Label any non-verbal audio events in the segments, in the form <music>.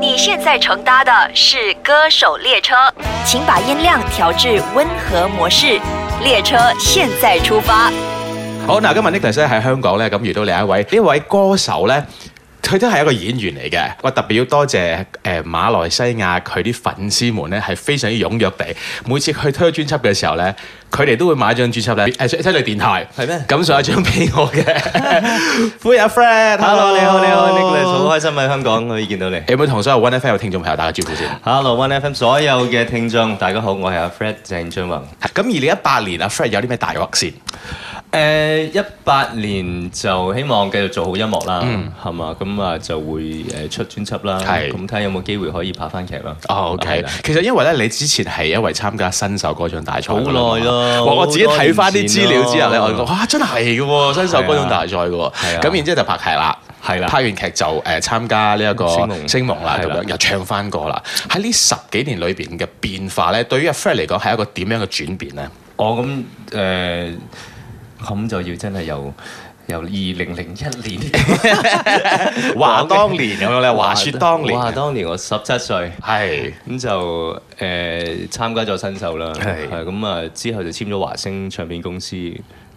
你现在乘搭的是歌手列车，请把音量调至温和模式。列车现在出发。好嗱，今日 Nicholas 咧喺香港咧，咁遇到另一位呢位歌手咧，佢都係一個演員嚟嘅。我特別要多謝誒、呃、馬來西亞佢啲粉絲們咧，係非常之踴躍地，每次佢推專輯嘅時候咧，佢哋都會買張專輯咧，呃誒出出嚟電台係咩咁上一張俾我 <laughs> 嘅。歡迎阿 Fred，hello， Hello，你好，你好，Nicholas，好開心喺香港可以見到你。有冇同所有 One FM 嘅聽眾朋友打個招呼先？ Hello One FM 所有嘅聽眾，大家好，我係阿 Fred 鄭俊宏。咁二零一八年阿 Fred 有啲咩大鑊先？誒一八年就希望繼續做好音樂啦，係嘛、咁啊就會誒出專輯啦，係咁睇下有冇機會可以拍翻劇啦。哦係，OK 啦。其實因為咧，你之前係一位參加新手歌唱大賽好㗎啦嘛耐咯我我好自己多睇翻啲年資前料之後咧，咯我就覺哇，真係嘅喎，新手歌唱大賽嘅喎係。啊咁然之後就拍劇啦，係啦嗯拍完劇就誒參加呢一個星夢星夢啦，咁係啦樣又唱翻歌啦。喺呢十幾年裏邊嘅變化咧，對於阿 Fred 嚟講係一個點樣嘅轉變咧？我哦咁誒，咁就要真係由由二零零一 <laughs> 年。話當 <laughs> 年咁樣咧，話説當年話當年我十七歲。係咁就誒參加咗新秀啦，係係咁啊！之後就簽咗華星唱片公司，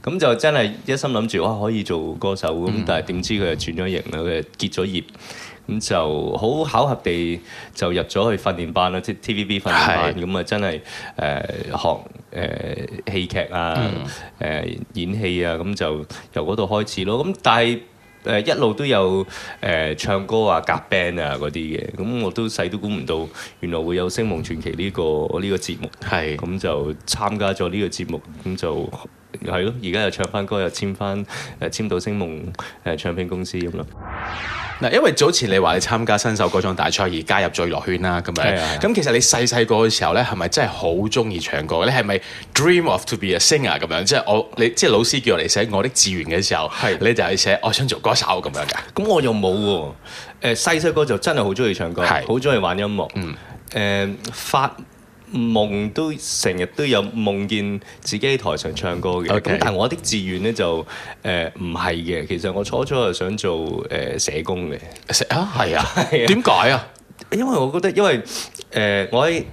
咁就真係一心諗住哇可以做歌手咁，但係點知佢就轉咗型啦，佢就結咗業，咁就好巧合地就入咗去訓練班啦，即係 TVB 訓練班，係咁啊真係誒、學誒、戲劇啊，誒、演戲啊，咁就由嗰度開始咯，咁但係。誒、一路都有誒、唱歌啊、夾 band 啊嗰啲嘅，咁我都細都估唔到，原來會有《星夢傳奇》呢、個呢、個節目，係咁就參加咗呢個節目，咁就呃係咯，而家又唱翻歌，又簽翻誒、簽到星夢誒、呃唱片公司咁咯。嗱，因為早前你話你參加新手歌唱大賽而加入最樂圈啦，咁樣係啊係啊咁其實你細細個嘅時候咧，係咪真係好中意唱歌？你係咪 dream of to be a singer 咁樣？即係我你即係老師叫我嚟寫我的志願嘅時候，你就係寫我想做歌手咁樣㗎。咁我又冇喎、誒細細個就真係好中意唱歌，係嗯好中意玩音樂。誒、發夢都成日都有夢見自己喺台上唱歌嘅。咁 OK 但係我的志願咧就誒唔係嘅。其實我初初係想做誒、社工嘅，寫啊，係啊， <laughs> 係啊點解啊？因為我覺得因為誒、呃我喺誒、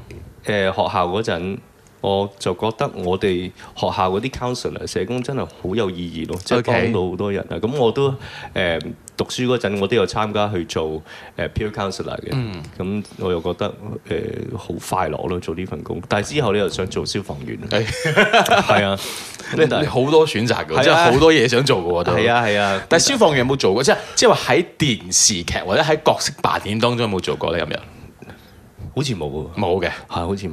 呃學校嗰陣。我就覺得我哋學校嗰啲 counselor 社工真係好有意義咯，即係 OK 幫到好多人啊！咁我都誒、呃讀書嗰陣，我都有參加去做誒、peer counselor 嘅，嗯咁、我又覺得誒呃好、快樂咯，做呢份工。但係之後你又想做消防員，啊係係啊，咁但哎 <laughs> 你係好多選擇係㗎，啊即係好多嘢想做㗎喎都。係。啊係啊，但係消防員有冇做過？即係即係話喺電視劇或者喺角色扮演當中有冇做過咧？咁樣好似冇喎，係冇嘅。好似冇。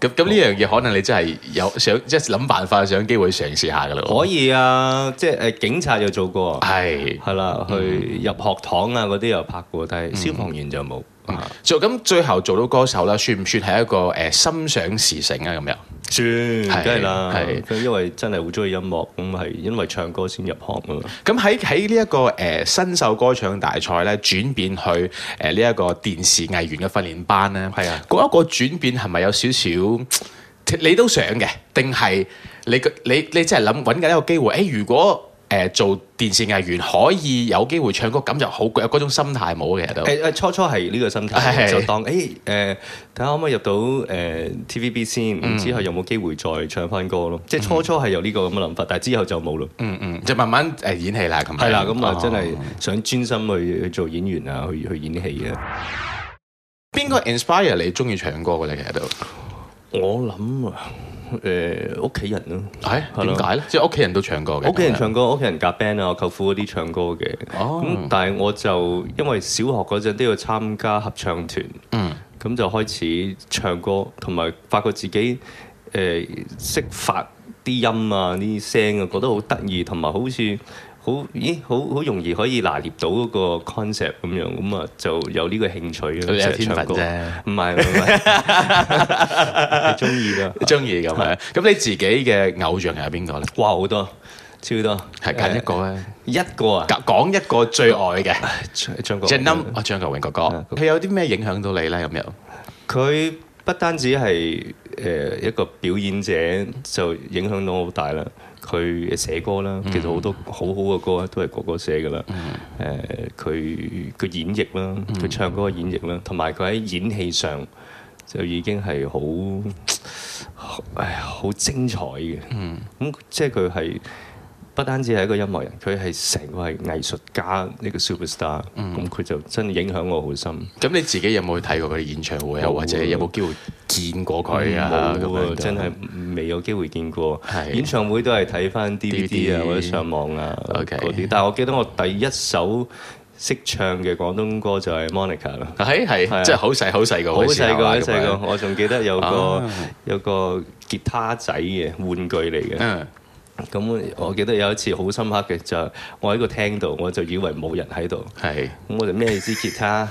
咁咁呢樣嘢可能你真係有想即係諗辦法想機會嘗試下㗎啦。可以啊，即係誒警察又做過。係係啦，去入學堂啊嗰啲又拍過，但係消防員就冇。嗯啊做咁最後做到歌手啦，算唔算係一個誒、呃心想事成啊？咁樣算，梗係啦，係咁因為真係好中意音樂，咁係因為唱歌先入行啊嘛。咁喺喺呢一個誒、呃新秀歌唱大賽咧，轉變去誒呢一個電視藝員嘅訓練班咧，係啊嗰一個轉變係咪有少少？你都想嘅，定係你個你你真係諗揾緊一個機會？誒、如果誒、呃做電視藝員可以有機會唱歌，咁就好有嗰種心態冇嘅其實都。誒誒，初初係呢個心係態，就當誒誒，睇下可唔可以入到誒 TVB 先，然之後有冇機會再唱翻歌咯。即係初初係有呢個咁嘅諗法，但係之後就冇咯。嗯嗯，就慢慢誒演戲啦咁樣。係啦，咁啊真係哦想專心去去做演員啊，去去演戲啊。邊個 inspire 你中意唱歌嘅咧？其實都。我諗啊，誒屋企人咯。係係點咯解咧？即係屋企人都唱歌嘅，屋企人唱啊歌，屋企人夾 band 啊，我舅父嗰啲唱歌嘅。哦咁、但係我就因為小學嗰陣都要參加合唱團，嗯咁就開始唱歌，同埋發覺自己誒識、發啲音啊、啲聲啊，覺得好得意，同埋好似好咦好好容易可以拿捏到嗰個 concept 咁樣，咁啊就有呢個興趣啊，你有成日天分唱歌啫唔係唔 <laughs> 係，你中意㗎？中意咁樣。咁你自己嘅偶像係邊個咧？哇好多，超多，係揀一個咧，一個啊，講講一個最愛 <laughs> 嘅，唱唱歌即係 number 啊張國榮哥哥，嗯佢有啲咩影響到你咧？咁樣佢不單止係誒、呃一個表演者，就影響到我好大啦。佢寫歌啦，其實好多好好嘅歌咧都係哥哥寫噶啦。誒，佢佢演繹啦，佢唱歌嘅演繹啦，同埋佢喺演戲上就已經係好唉好精彩嘅。咁即係佢係不單止係一個音樂人，佢係成個係藝術家呢個 superstar。咁佢就真係影響我好深。咁你自己有冇睇過佢哋演唱會啊？冇啊或者有冇機會見過佢啊？咁冇樣啊，真係未有機會見過係。演唱會都係睇翻 DVD 啊 DVD 或者上網啊 OK 嗰啲。但係我記得我第一首識唱嘅廣東歌就係 Monica 啦。係係啊係，即係好細好細個好嗰時候細啊，個，好咁細樣個，我仲記得有個啊有個吉他仔嘅玩具嚟嘅。嗯咁我記得有一次好深刻嘅就係我喺個廳度，我就以為冇人喺度，係咁我就孭支吉他，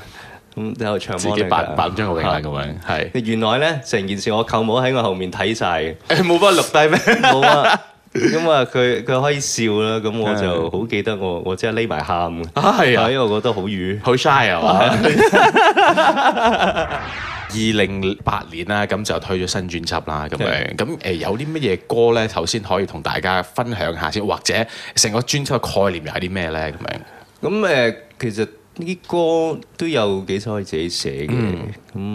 咁喺度唱自己扮 Monica 扮張國榮啊咁樣係。 <laughs> 原來咧，成件事我舅母喺我後面睇晒嘅。冇幫錄低咩？冇啊。咁啊，佢佢可以笑啦，咁我就好記得我我即係匿埋喊嘅，啊係啊因為我覺得好瘀。好 shy 啊嘛！ <laughs> 二零八年啦，咁就推咗新專輯啦，咁樣係咁誒有啲乜嘢歌咧？頭先可以同大家分享下先，或者呃成個專輯嘅概念又係啲咩咧？咁樣咁誒、呃其實呢啲歌都有幾首係自己寫嘅，嗯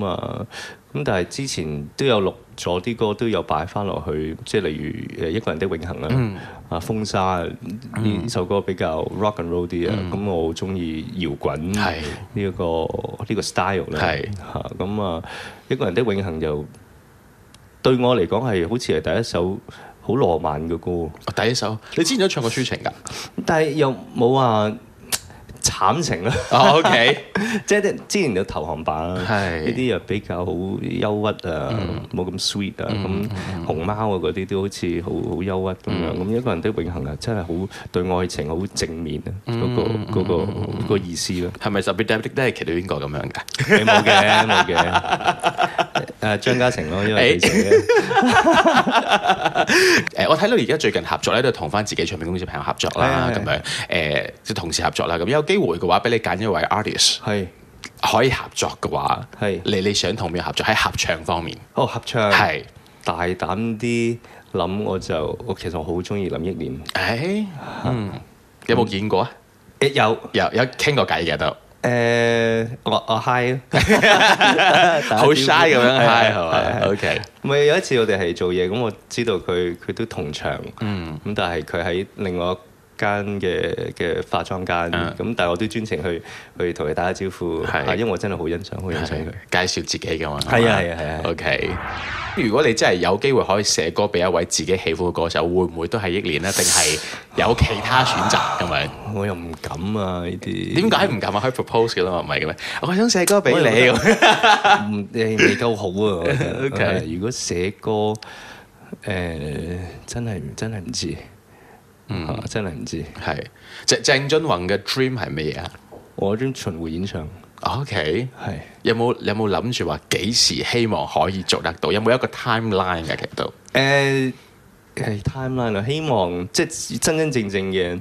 咁啊、咁但係之前都有錄咗啲歌，都有擺翻落去，即係例如呃誒一個人的永恆啦，嗯啊風沙啊呢首歌比較 rock and roll 啲啊，咁、我好中意搖滾嗯係呢一個呢、個 style 啦，係嚇咁啊一個人的永恆又對我嚟講係好似係第一首好浪漫嘅歌。我第一首，你之前都唱過抒情 <laughs> 㗎、但係又冇話慘情啦， <laughs> 哦、？OK，即係之前有投降版啦，係嗯呢啲又比較好憂鬱啊，冇咁 sweet 啊，咁熊貓啊嗰啲都好似好好憂鬱咁嗯樣，咁一個人的永恆啊，真係好對愛情好正面啊，嗯嗰個嗰個嗰個意思啦，係咪特別 d e d i c a t 到邊個咁樣㗎？誒冇嘅冇嘅，誒張家誠咯，因為佢寫嘅誒、呃我睇到而家最近合作咧，都係同翻自己唱片公司朋友合作啦，係咁係樣誒，呃即係同事合作啦。咁有機會嘅話，俾你揀一位 artist 係可以合作嘅話，係你你想同邊個合作？喺合唱方面，哦合唱係大膽啲諗，我就我其實我好中意林憶蓮，誒，嗯，有冇見過啊？誒有。有有傾過偈嘅都，誒，我我啊 high 咯，好 shy 咁樣係係係係嘛係？OK，咪有一次我哋係做嘢，咁我知道佢佢都同場，嗯咁但係佢喺另外一間嘅嘅化妝間，嗯咁但係我都專程去去同佢打下招呼，係啊因為我真係好欣賞，好欣賞佢。係介紹自己嘅嘛，係啊係啊係啊係啊 OK，如果你真係有機會可以寫歌俾一位自己喜歡嘅歌手，會唔會都係憶蓮呢？定係有其他選擇咁樣？我又唔敢啊呢啲，點解唔敢啊？可以 propose 嘅啦嘛，唔係嘅咩？我想寫歌俾你咁，唔誒未夠好啊我覺得 OK 係如果寫歌誒真係真係唔知，啊真係唔知。係鄭鄭俊弘嘅 dream 係乜嘢啊啊我專巡迴演唱？OK。係。有冇有冇諗住話幾時希望可以做得到？有冇一個 timeline 嘅？其實都誒係 timeline 啊，希望即係真真正正嘅，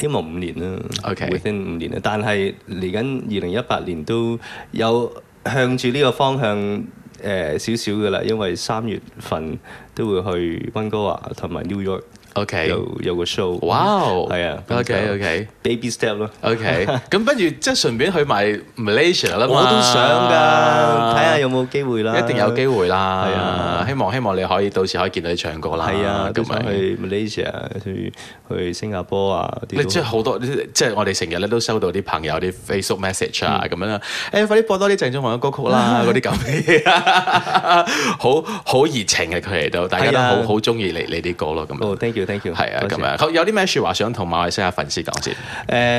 希望五年啦 OK within 五年啦。啊但係嚟緊二零一八年都有向住呢個方向誒少少嘅啦，因為三月份都會去温哥華同埋 New York OK。有有個 show。哇哦，係啊，OK OK ！Baby step 咯， <laughs> OK，咁不啊如即係順便去埋 Malaysia 啦我嘛都想 <laughs> 㗎，睇下有冇機會啦。一定有機會啦，係啊希望希望你可以到時可以見到你唱歌啦，係啊，都咁想樣。去 Malaysia、去去新加坡啊嗰啲你都哎即係好多，即係我哋成日咧都收到啲朋友啲 Facebook message 啊咁樣啦，誒快啲播多啲鄭中華嘅歌曲 <laughs> 啦，嗰啲咁嘅嘢，好好熱情嘅佢哋都，大家都係啊好好中意你你啲歌咯咁樣。哦，thank you，thank you，係啊，多謝咁樣。好有啲咩説話想同馬來西亞粉絲講先？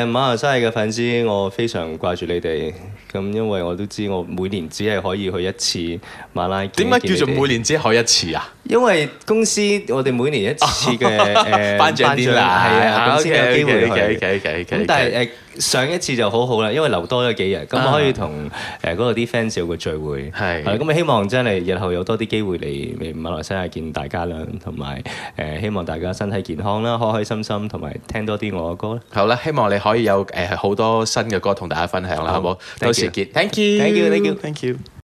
誒、馬來西亞嘅粉絲，我非常掛住你哋。咁因為我都知我每年只係可以去一次馬拉。點解叫做每？年只可以一次啊？因為公司我哋每年一次 <laughs> 嘅誒頒獎典禮係啊，咁先有機會去。去咁但係誒、上一次就好好啦，因為留多咗幾日，咁啊我可以同誒嗰度啲 fans 有個聚會，係啦咁希望真係日後有多啲機會嚟嚟馬來西亞見大家啦，同埋誒希望大家身體健康啦，開開心心，同埋聽多啲我嘅歌啦。好啦，希望你可以有誒好多新嘅歌同大家分享啦，好好冇？ ，thank 到時 you 見，thank you，thank Thank you，thank you thank you。